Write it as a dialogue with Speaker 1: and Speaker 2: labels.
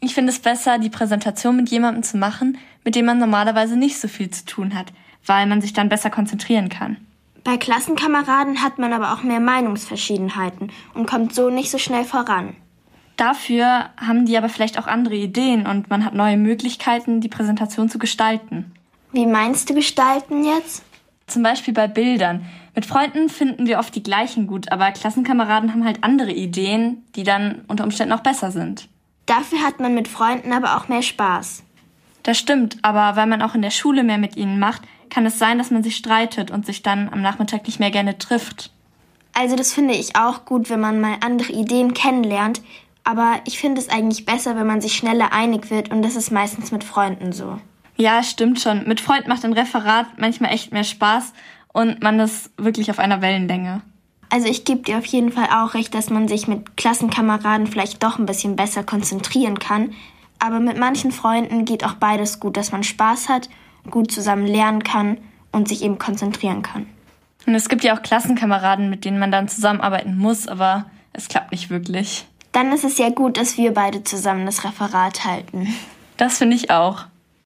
Speaker 1: Ich finde es besser, die Präsentation mit jemandem zu machen, mit dem man normalerweise nicht so viel zu tun hat, weil man sich dann besser konzentrieren kann.
Speaker 2: Bei Klassenkameraden hat man aber auch mehr Meinungsverschiedenheiten und kommt so nicht so schnell voran.
Speaker 1: Dafür haben die aber vielleicht auch andere Ideen und man hat neue Möglichkeiten, die Präsentation zu gestalten.
Speaker 2: Wie meinst du gestalten jetzt?
Speaker 1: Zum Beispiel bei Bildern. Mit Freunden finden wir oft die gleichen gut, aber Klassenkameraden haben halt andere Ideen, die dann unter Umständen auch besser sind.
Speaker 2: Dafür hat man mit Freunden aber auch mehr Spaß.
Speaker 1: Das stimmt, aber weil man auch in der Schule mehr mit ihnen macht, kann es sein, dass man sich streitet und sich dann am Nachmittag nicht mehr gerne trifft.
Speaker 2: Also das finde ich auch gut, wenn man mal andere Ideen kennenlernt, aber ich finde es eigentlich besser, wenn man sich schneller einig wird und das ist meistens mit Freunden so.
Speaker 1: Ja, stimmt schon. Mit Freund macht ein Referat manchmal echt mehr Spaß und man ist wirklich auf einer Wellenlänge.
Speaker 2: Also ich gebe dir auf jeden Fall auch recht, dass man sich mit Klassenkameraden vielleicht doch ein bisschen besser konzentrieren kann. Aber mit manchen Freunden geht auch beides gut, dass man Spaß hat, gut zusammen lernen kann und sich eben konzentrieren kann.
Speaker 1: Und es gibt ja auch Klassenkameraden, mit denen man dann zusammenarbeiten muss, aber es klappt nicht wirklich.
Speaker 2: Dann ist es ja gut, dass wir beide zusammen das Referat halten.
Speaker 1: Das finde ich auch.